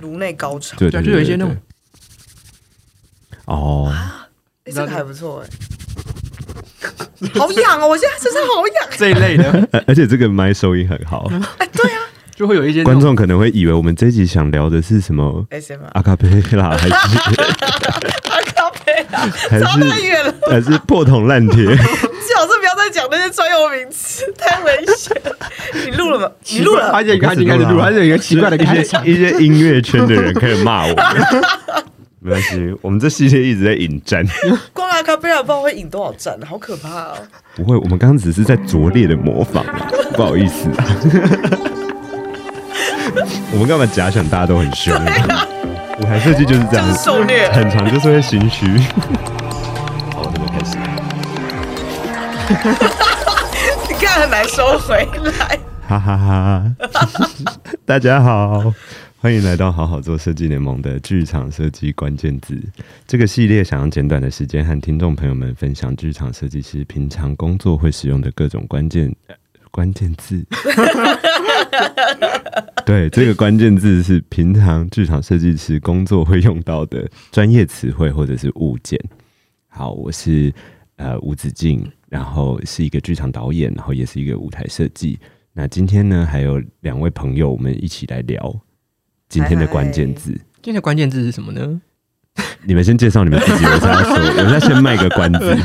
颅内高潮。对对对啊对，就有一些对那种对哦，哎，这个还不错哎， 好痒哦！我现在身上好痒。 这一类的，而且这个麦收音很 好，就会有一些那观种众可能会以为我们这一集想聊的是什么 S M 啊，阿卡贝 拉，还是咖啡啊，还差太是远了，还是破铜烂 铁？最好是不要再讲那些专有名词，太危 险。你录了吗？你录了他吗？就他已经开始录，他就有一个 奇怪的开一场些。一些音乐圈的人开始骂 我们。没关系，我们这系列一直在引战，光阿咖啡啊，不知道会引多少站，好可怕 哦！不会，我们刚刚只是在拙劣的模仿，不好意 思、啊。我们干嘛假想大家都很凶、啊舞台设计就是这样就是子，受虐。很长就是会心虚。 好，我这边开始。你看很难收 回来。哈哈哈！ 大家好，欢迎来到好好做设计联盟的剧场设计关键字这个系列，想用简短的时间和听众朋友们分享剧场设计师平常工作会使用的各种关键、呃关键字。对，这个关键字是平常剧场设计师工作会用到的专业词汇或者是物件。好，我是呃吴子敬，然后是一个剧场导演，然后也是一个舞台设计。那今天呢，还有两位朋友，我们一起来聊今天的关键字。今天的关键字是什么呢？你们先介绍你们自己，我才要说，我们要先卖个关子。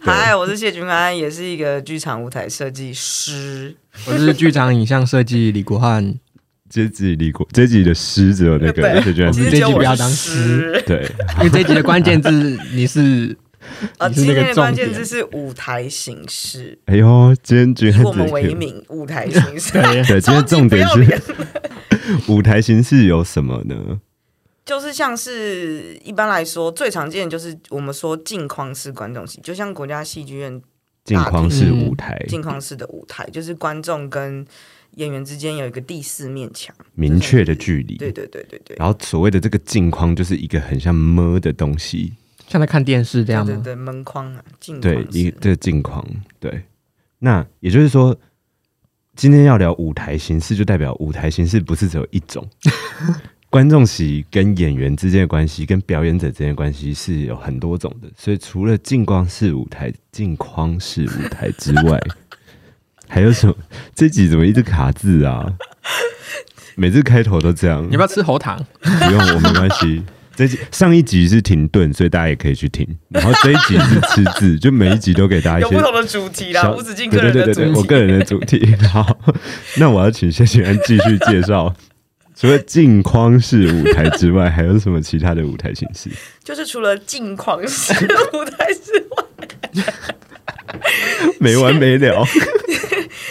嗨，我是谢君安，也是一个剧场舞台设计师。我是剧场影像设计李国汉，这集里过，这集的诗只有那个对谢娟我其们实这一只有集我不要是当师。对，因为这一集的关键字 你是啊，你是今那个天的关重键字点是舞台形式，哎呦，今天君以汉我们子为 Q 名，舞台形式。 对，今超天级重不点要脸 是舞台形式有什么呢？就是像是一般来说最常见的就是我们说镜框式观众席，就像国家戏剧院镜框式舞台，镜框式的舞台，就是观众跟演员之间有一个第四面墙，明确的距离。对对对对对，然后所谓的这个镜框，就是一个很像么的东西，像在看电视这对样对吗？对门框啊，镜框对，一式个这个镜框，对。那也就是说，今天要聊舞台形式，就代表舞台形式不是只有一种。观众席跟演员之间的关系，跟表演者之间的关系是有很多种的。所以除了镜框式舞台、镜框式舞台之外， 还有什么？这集怎么一直卡字啊？每次开头都这样，你要不要吃喉糖？不用，我没关 系。这一集上一集是停顿，所以大家也可以去听。然后这一集是吃字，就每一集都给大家有一些不同的主题啦，小无止境个对对人的对对主对，我题。个人的主题。好，那我要请谢雪安继续介绍。 除了镜框式舞台之外，还有什么其他的舞台形式？就是除了镜框式舞台之外，没完没了。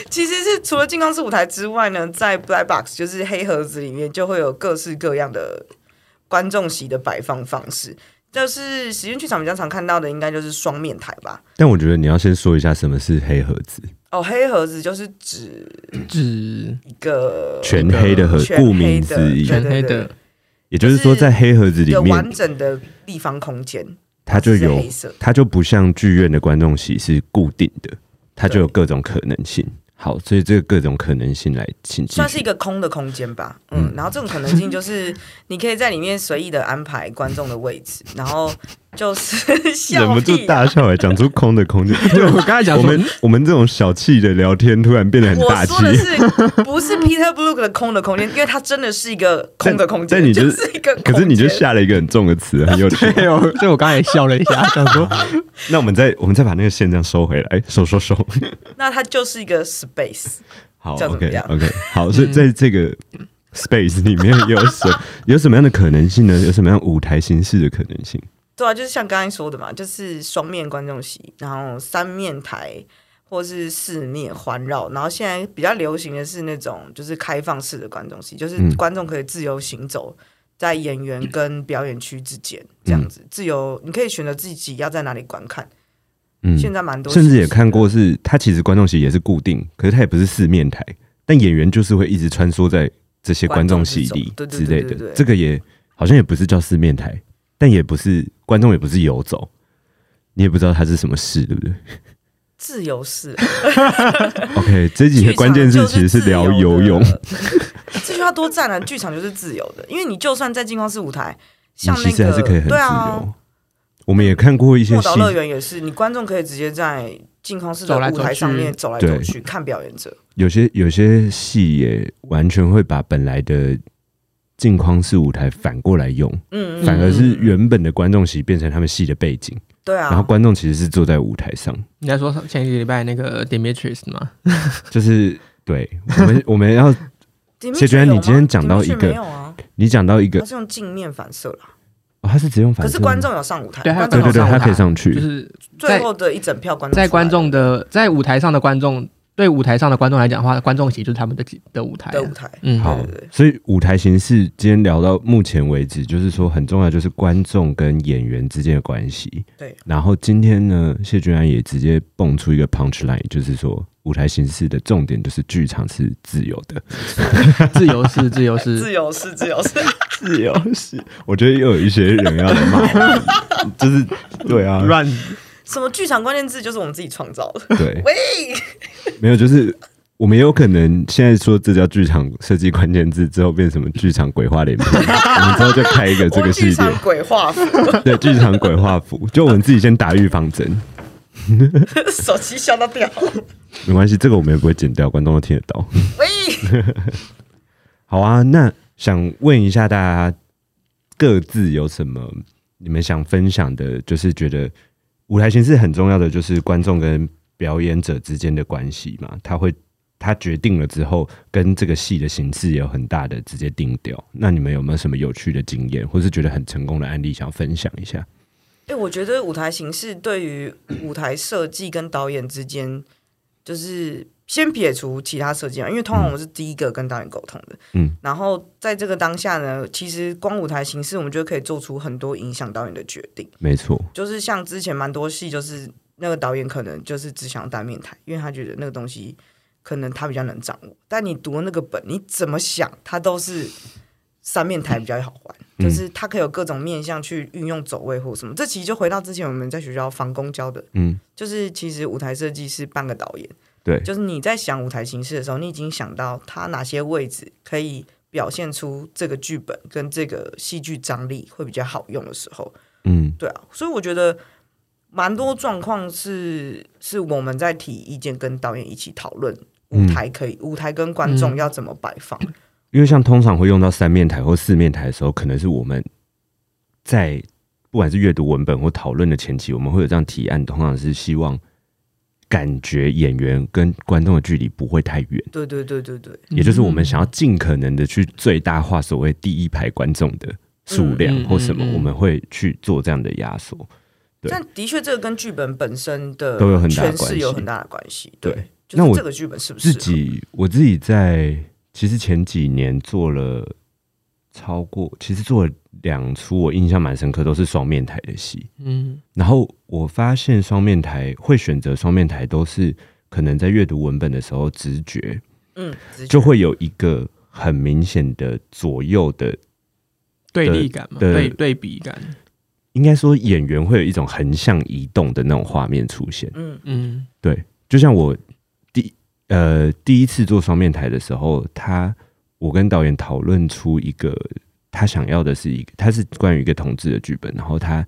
其实是除了镜框式舞台之外呢，在 Black Box 就是黑盒子里面就会有各式各样的观众席的摆放方式。就是实验剧场比较常看到的，应该就是双面台吧。 但我觉得你要先说一下什么是黑盒子，哦，黑盒子就是指指一个全黑的盒全，黑的呃顾名思义，全黑对对的对，也就是说在黑盒子里有完面，整的立方空间，它就只是有黑色。它就不像剧院的观众席是固定的，它就有各种可能性。好，所以这个各种可能性来，请继算是一续。个空的空间吧，嗯，然后这种可能性就是你可以在里面随意的安排观众的位置，然后就是 笑忍不住屁啊大笑哎、讲出空的 空间。对我刚才讲我说们我们这种小气的聊天突然变得很我大气说，的是不是 Peter Brook 的空的空间，因为它真的是一个空的空间，但但你就就是是一个空间， 可是你就下了一个很重的词，很 有趣。对哦， 所以我刚才也笑了一 下，想说那我们再我们再把那个线这样收回来，收收收。那它就是一个 space，好这样怎么，OK 样嗯 OK，好，所以在这个 space 里面有什 有什么样的可能性呢？有什么样舞台形式的可能性？对啊，就是像刚才说的嘛，就是双面观众席，然后三面台或是四面环绕，然后现在比较流行的是那种就是开放式的观众席，就是嗯观众可以自由行走。在演员跟表演区之间，这样子、自由，你可以选择自己要在哪里观看。嗯，现在蛮多，甚至也看过是，它其实观众席也是固定，可是它也不是四面台，但演员就是会一直穿梭在这些观众席里观众之之中类对对对对的。对这个也好像也不是叫四面台，但也不是观众也不是游走，你也不知道它是什么事，对不对？自由式， OK，这集剧的场关键字就其实是自由聊的游泳，， 这句话多赞啊！剧场就是自由的，因为你就算在金光式舞台，你像那其个实还是可以很自对由啊，。我们也看过一些莫戏岛，乐园也是，你观众可以直接在金光式的走来舞走台上去面走来走对去看表演者。有些有些戏也完全会把本来的镜框式舞台反过来用，嗯，嗯反而嗯是原本的观众席变成他们戏的背景，对啊，然后观众其实是坐在舞台上，你在说前一个礼拜那个 Demetrius 吗？就是对我们我们要里面谢就娟有你吗今天讲里面到却一个没有啊，你讲到一个它，是用镜面反射啦，哦他是只用反可射吗，是观众有上舞台，对还有观众对有上对对，舞他台可以上去，就是最后的一整票观众出来在了，观众的在舞台上的观众，对舞台上的观众来讲的话，观众席就是他们的的舞台啊。的舞台，嗯，好对对对，所以舞台形式今天聊到目前为止，就是说很重要，就是观众跟演员之间的关系。对，然后今天呢，谢君安也直接蹦出一个 punch line，就是说舞台形式的重点就是剧场是自由的，自由是自由是自由是自由是，自由是， 我觉得又有一些人要来骂我 们，就是对啊，乱 什么剧场关键字就是我们自己创造的，对，没有，就是我们也有可能现在说这叫剧场设计关键字，之后变什么剧场鬼话连篇，我们之后就开一个这 我个们系剧列场。鬼画符，对，剧场鬼画符，就我们自己先打预防针， 手机笑到掉，没关系，这个我们也不会剪掉，观众都听得到。喂， 好啊，那想问一下大家，各自有什么你们想分享的？就是觉得舞台形式很重要的，就是观众跟表演者之间的关系嘛，他会他决定了之后，跟这个戏的形式有很大的直接定调。那你们有没有什么有趣的经验，或是觉得很成功的案例想要分享一下？哎，我觉得舞台形式对于舞台设计跟导演之间，就是先撇除其他设计嘛，因为通常我们是第一个跟导演沟通的，嗯，然后在这个当下呢，其实光舞台形式，我们就可以做出很多影响导演的决定。没错，就是像之前蛮多戏，就是那个导演可能就是只想单面台，因为他觉得那个东西可能他比较能掌握。但你读了那个本，你怎么想，他都是三面台比较好玩，嗯就是他可以有各种面向去运用走位或什么。这其实就回到之前我们在学校防工教的，嗯，就是其实舞台设计是半个导演，对，就是你在想舞台形式的时候，你已经想到它哪些位置可以表现出这个剧本跟这个戏剧张力会比较好用的时候。嗯，对啊，所以我觉得蛮多状况是是我们在提意见，跟导演一起讨论舞台嗯可以、舞台跟观众嗯要怎么摆放。因为像通常会用到三面台或四面台的时候，可能是我们在不管是阅读文本或讨论的前期，我们会有这样提案，通常是希望感觉演员跟观众的距离不会太远，对对对对对，也就是我们想要尽可能的去最大化所谓第一排观众的数量嗯嗯或什么，嗯嗯我们会去做这样的压缩。对但的确这个跟剧本本身的都有很大的诠关释系有很大的关系。对对，那就我是这个剧本是不是自己我自己在其实前几年做了超过，其实做了两出我印象蛮深刻，都是双面台的戏。嗯然后我发现双面台会选择双面台，都是可能在阅读文本的时候，直觉嗯，直觉就会有一个很明显的左右的，对立感嘛，对对对比感，应该说演员会有一种横向移动的那种画面出现。嗯嗯对，就像我第呃第一次做双面台的时候，他我跟导演讨论出一个他想要的是一个，他是关于一个同志的剧本，然后他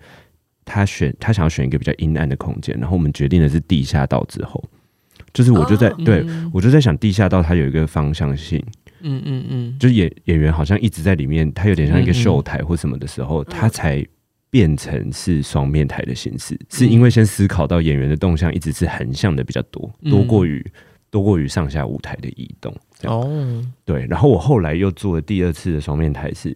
他选他想要选一个比较阴暗的空间，然后我们决定的是地下道之后，就是我就在、哦对嗯我就在想地下道它有一个方向性，嗯嗯嗯，就是演演员好像一直在里面，他有点像一个嗯嗯嗯秀台或什么的时候，他才变成是双面台的形式，是因为先思考到演员的动向一直是横向的比较多，嗯多过于多过于上下舞台的移动。这样哦，对，然后我后来又做了第二次的双面台是，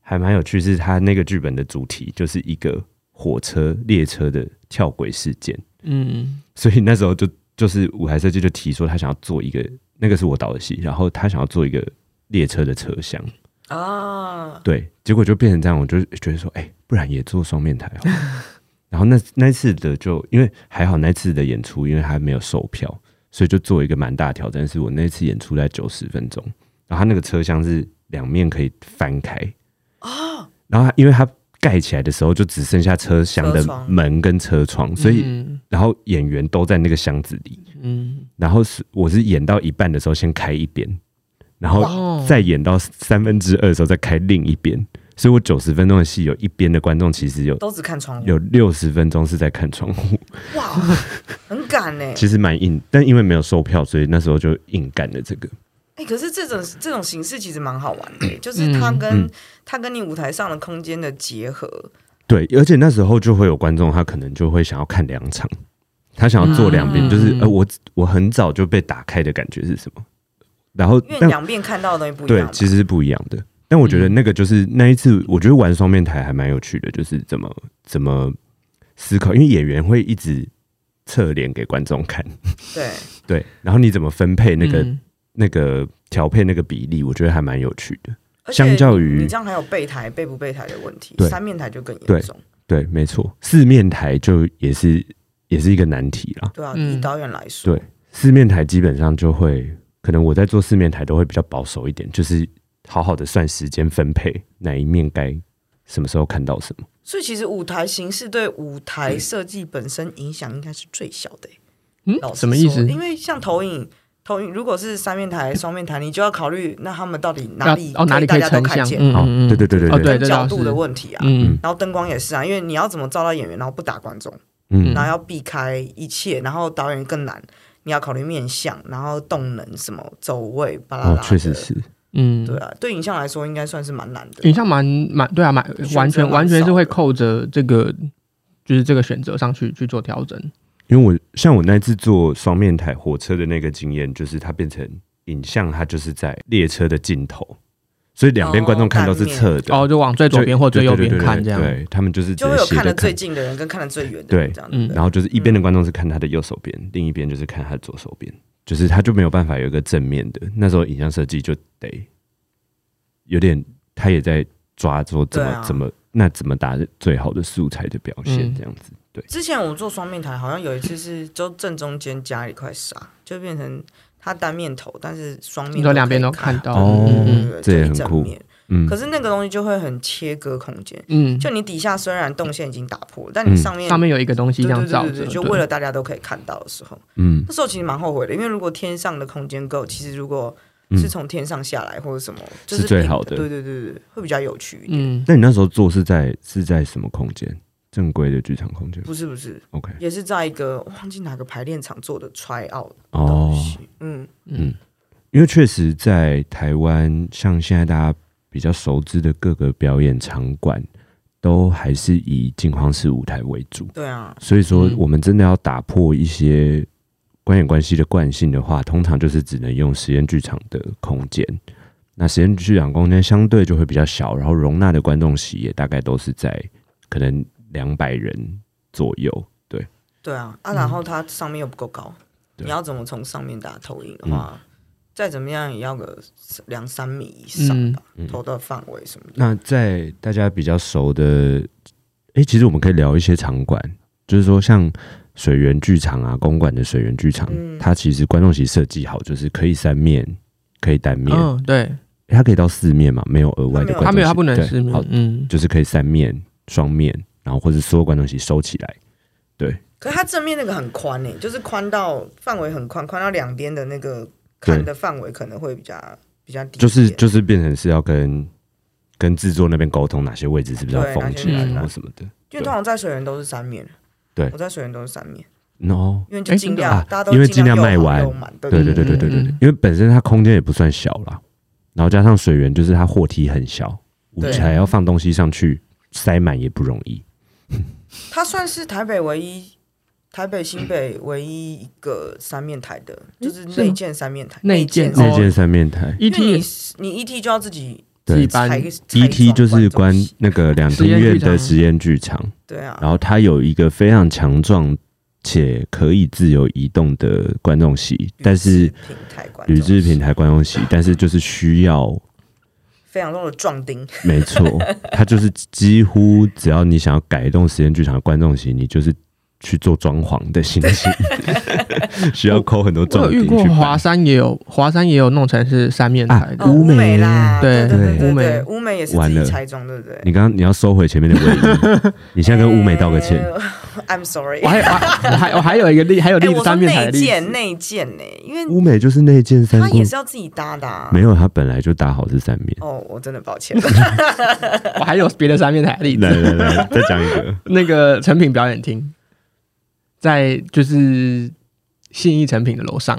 还蛮有趣，是他那个剧本的主题就是一个火车列车的跳轨事件， 嗯所以那时候就就是舞台设计就提说他想要做一个，那个是我导的戏，然后他想要做一个列车的车厢。啊，对，结果就变成这样，我就觉得说，哎、不然也做双面台好了。 然后那那一次的就因为还好那次的演出，因为还没有售票，所以就做一个蛮大的挑战，是我那次演出在九十分钟，然后它那个车厢是两面可以翻开哦，然后它因为它盖起来的时候，就只剩下车厢车的窗门跟车窗，所以、嗯然后演员都在那个箱子里。嗯，然后是我是演到一半的时候先开一边，然后哇再演到三分之二的时候再开另一边，所以我九十分钟的戏有一边的观众其实有都只看窗户，有六十分钟是在看窗户， 哇，很欸赶呢、其实蛮硬，但因为没有售票，所以那时候就硬干了这个。哎、可是这种这种形式其实蛮好玩的、欸就是它嗯跟、嗯它跟你舞台上的空间的结合，对，而且那时候就会有观众，他可能就会想要看两场，他想要坐两边，嗯就是呃，我我很早就被打开的感觉是什么？然后因为但两边看到的东嗯西不一对样，嘛。其实是不一样的。但我觉得那个就是、那一次，我觉得玩双面台还蛮有趣的，就是怎么怎么思考，因为演员会一直侧脸给观众 看，对，对，然后你怎么分配那个、嗯那个调配那个比例，我觉得还蛮有趣的。而且相较于你这样还有备台备不备台的问题对，三面台就更严对重。对，没错，四面台就也是也是一个难题啦。对啊，嗯以导演来说，对四面台基本上就会，可能我在做四面台都会比较保守一点，就是好好的算时间分配，哪一面该什么时候看到什么。所以其实舞台形式对舞台设计本身影响应该是最小的、欸嗯老，实什么意说思？因为像投影，投影如果是三面台、双面台，你就要考虑那他们到底哪里要哦哪里大可以家都成看像？见，嗯哦嗯，嗯对对对对哦对对，这角倒是度的问题啊。嗯然后灯光也是啊，因为你要怎么照到演员，然后不打观众，嗯嗯然后要避开一切，然后导演更难，你要考虑面相，然后动能什么走位，巴拉巴，哦拉。确实。是，嗯，对啊，对影像来说应该算是蛮难的。影像蛮蛮对啊，蛮选择完全蛮完全少是的会扣着这个就是这个选择上去去做调整。因为我像我那次做双面台火车的那个经验，就是它变成影像，它就是在列车的尽头，所以两边哦观众看都是侧的，哦，就往最就左边或最右对对边对看对这样。对他们就是直就会接有斜看着得最看，近的人跟看得最远的对人，这样子。嗯然后就是一边的观众是看他的右手边，另一边就是看他的左手边，就是他就没有办法有一个正面的。那时候影像设计就得有点，他也在抓说怎么、对啊怎么那怎么打最好的素材的表现嗯这样子。对，之前我做双面台，好像有一次是就正中间加一块纱，就变成它单面头，但是双面你说两边可以都看到，哦对嗯对对这也就一很整酷面嗯可，是那个东西就会很切割空间，嗯就你底下虽然动线已经打破了，但你嗯上嗯，面上面有一个东西对这样对罩对着，对，就对为了大家都可以看到的时候，嗯那时候其实蛮后悔的，因为如果天上的空间够，其实如果嗯是从天上下来或者什么，就是是最平好的对对对对，会比较有趣一点。嗯那你那时候做是在是在什么空间？正规的剧场空间不是不是， ？OK，也是在一个我忘记哪个排练场做的 try out 的东哦，西，嗯。嗯，因为确实在台湾，像现在大家比较熟知的各个表演场馆，都还是以镜框式舞台为主。对啊，所以说嗯，我们真的要打破一些观演关系的惯性的话，通常就是只能用实验剧场的空间。那实验剧场空间相对就会比较小，然后容纳的观众席也大概都是在可能两百人左右。对，对啊，啊，然后它上面又不够高，嗯对嗯你要怎么从上面打投影的话，再怎么样也要个两三米以上嗯吧，投的范围什么的。那在大家比较熟的，诶，其实我们可以聊一些场馆，就是说像水源剧场啊，公馆的水源剧场，嗯它其实观众席设计好，就是可以三面，可以单面，嗯，对，诶它可以到四面嘛，没有额外的观众席，他没有，他不能对失眠好，嗯，就是可以三面、双面，然后或者所有观众席收起来，可是它正面那个很宽诶、就是宽到范围很宽，宽到两边的那个看的范围可能会比较比较低一点，就是就是变成是要跟跟制作那边沟通哪些位置是不是要对封哪些起来啊位置或什么的。因为通常在水源都是三面，对我在水源都是三面， no，因为就尽量、哎真的啊大家因为都尽量量卖完又满，对对对对对对对对，对嗯因为本身它空间也不算小啦，然后加上水源就是它货梯很小，舞对台要放东西上去塞满也不容易。它算是台北唯一。台北新北唯一一个三面台的，就是是吗内建三面台，内建三哦那件三面台一因为梯你是你 ET 就要自己对 E 自己裁搬，裁，E T 装就是关观众席那个两厅院的实验剧场，对啊，然后它有一个非常强壮且可以自由移动的观众席，但铝是制平台观铝众制平台观众席，但是就是需要非常重的壮丁，没错，它就是几乎只要你想要改动实验剧场的观众席，你就是去做装潢的心情，需要抠很多我重有遇点过去华搬。啊山也有华山也有弄成是三面台的，哦乌梅梅啦，对对对对对乌梅对，乌梅也是自完己了拆装，对不对？你刚刚你要收回前面的唯一，你现在跟乌美道个歉。哎 I'm sorry 我。还我还我还我还有一个例，还有哎，例子我说三面台内的例子建，内建呢，因为乌美就是内建它三也顾，是要自己搭的啊。没有，它本来就搭好是三面。哦，我真的抱 歉。我还有别的三面台的例来子。来来，再讲一 个，那个成品表演厅，在就是信义成品的楼上，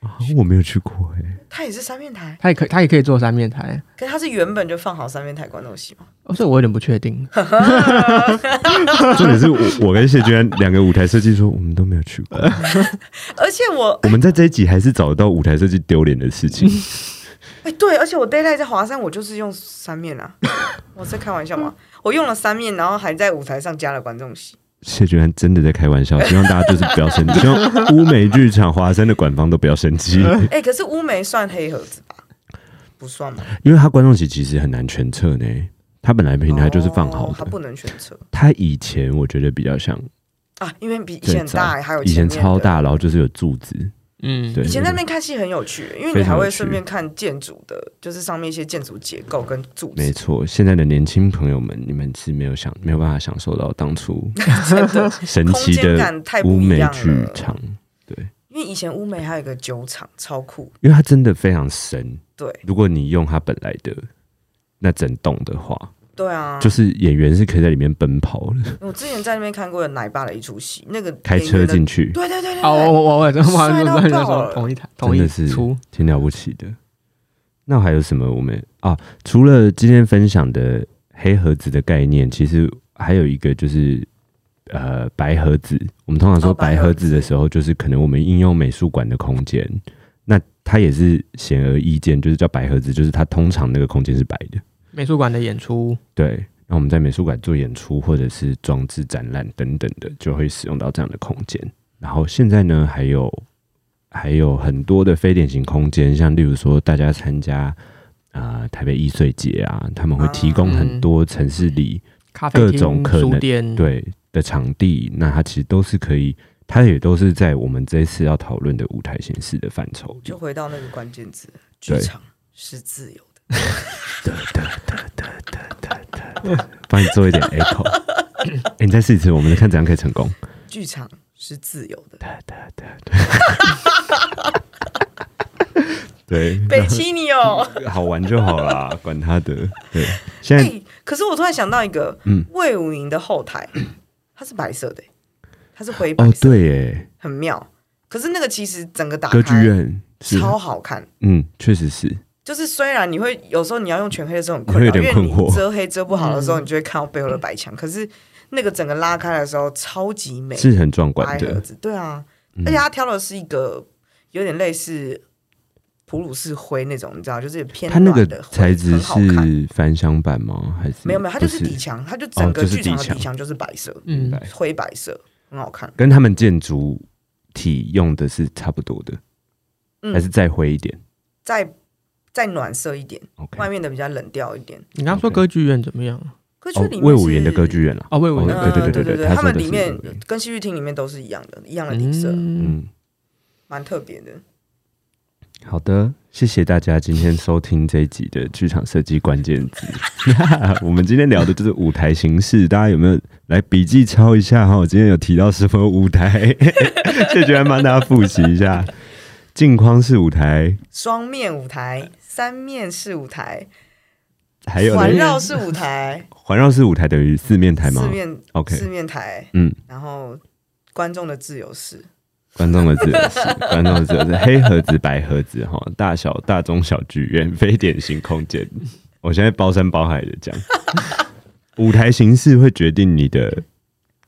啊我没有去过哎，它也是三面台，它也可以它也可以做三面台，可是它是原本就放好三面台观众席嘛。哦，所以我有点不确定。重点是我我跟谢君安两个舞台设计说我们都没有去过，而且我我们在这一集还是找得到舞台设计丢脸的事情。哎、对，而且我 d a y l i g h t 在华山，我就是用三面啊， 我在开玩笑吗？我用了三面，然后还在舞台上加了观众席。谢君安真的在开玩 笑，希望大家就是不要生气，希望乌美剧场华山的馆方都不要生 气，哎、可是乌梅算黑盒子吧？不算吗？因为他观众席其实很难全测呢。他本来平台就是放好哦它的，不能选车他以前我觉得比较像啊，因为比以最前很大、早还有以前面的超。大，然后就是有柱子，嗯，对，以前在那边看戏很有趣，因为你非常还会有趣顺便看建筑的，就是上面一些建筑结构跟柱没子。错，现在的年轻朋友们，你们是没有想没有办法享受到 当初 神空奇间的感太乌不一梅样剧了，场，因为以前乌梅还有一个酒厂，超酷。因为它真的非常神。对如果你用它本来的那整栋的话，对啊，就是演员是可以在里面奔跑的，我之前在那边看过有奶爸的一出戏，那个开演车员的进去，对对对对对，哦，我我我我真的忘帅了到说爆了说同一台同一真的是出，挺了不起的。那还有什么？我们啊，除了今天分享的黑盒子的概念，其实还有一个就是呃白盒子。我们通常说哦白白盒盒子的时候，就是可能我们应用美术馆的空间，那它也是显而易见，就是叫白盒子，就是它通常那个空间是白的。美术馆的演出，对，那我们在美术馆做演出或者是装置展览等等的，就会使用到这样的空间。然后现在呢，还有还有很多的非典型空间，像例如说大家参加啊、呃台北易碎节啊，他们会提供很多城市里、咖啡各种厅、可能书店，，对的场地，那它其实都是可以，它也都是在我们这一次要讨论的舞台形式的范畴里就。回到那个关键字，剧对场是自由的。帮你做一点 echo，哎、你再试一次，我们看怎样可以成功。剧场是自由的，对，北七 你哦。好玩就好啦， 管他的。对，现哎、在哦可是我突然想到一个，嗯魏武营的后台，它是白色的、它是灰白哦，色，对耶，很妙。可是那个其实整个打歌剧开院是，超好看，嗯，确实是，就是虽然你会有时候你要用全黑的时候很困扰，你会有点困惑因为你遮黑遮不好的时候，嗯你就会看到背后的白墙。可是那个整个拉开的时候超级美，是很壮观白盒的。子，对啊，嗯而且他挑的是一个有点类似普鲁士灰那种，你知道，就是偏它那个暖的灰材质很好看是翻箱版吗？还是没有没有，它就不是是哦底墙，它就整个就是剧场的底墙底墙就是白色，明嗯，白灰白色，很好看。跟他们建筑体用的是差不多的，嗯还是再灰一点再再暖色一点， ？OK，外面的比较冷调一点。你刚刚说 OK 歌剧院怎么样？啊歌剧哦里，面魏是武元的歌剧，院啦。哦，魏武哦嗯营对对对对对对他他说们的里是面魏武营跟戏剧厅里面都是一样的，一样的底色，嗯，嗯，蛮特别的。好的，谢谢大家今天收听这一集的剧场设计关键字。 我们今天聊的就是舞台形式，大家有没有来笔记抄一下哈？我今天有提到什么舞台， 谢觉安帮大家复习一下。镜框式舞台，双面舞台、三面式舞台、还有呢环绕式舞台、环绕式舞台等于四面台吗四面四？OK，面台，嗯，然后观众的自由式，观众的自由是观众的自由是黑盒子、白盒子哈，大小、大中小剧院、非典型空间。我现在包山包海的讲，舞台形式会决定你的，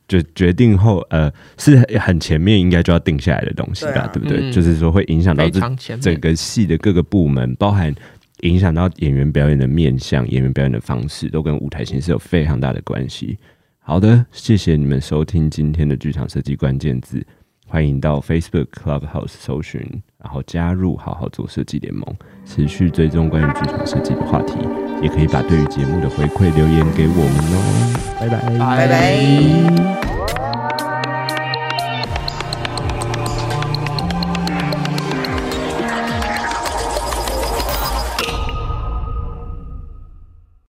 就决定后呃是很前面应该就要定下来的东西吧，对啊对不对？嗯就是说会影响到非这常前整面，个戏的各个部门，包含影响到演员表演的面向、演员表演的方式，都跟舞台形式有非常大的关系。好的，谢谢你们收听今天的剧场设计关键字，欢迎到 Facebook Clubhouse 搜寻，然后加入好好做设计联盟，持续追踪关于剧场设计的话题，也可以把对于节目的回馈留言给我们哦，拜拜。拜拜。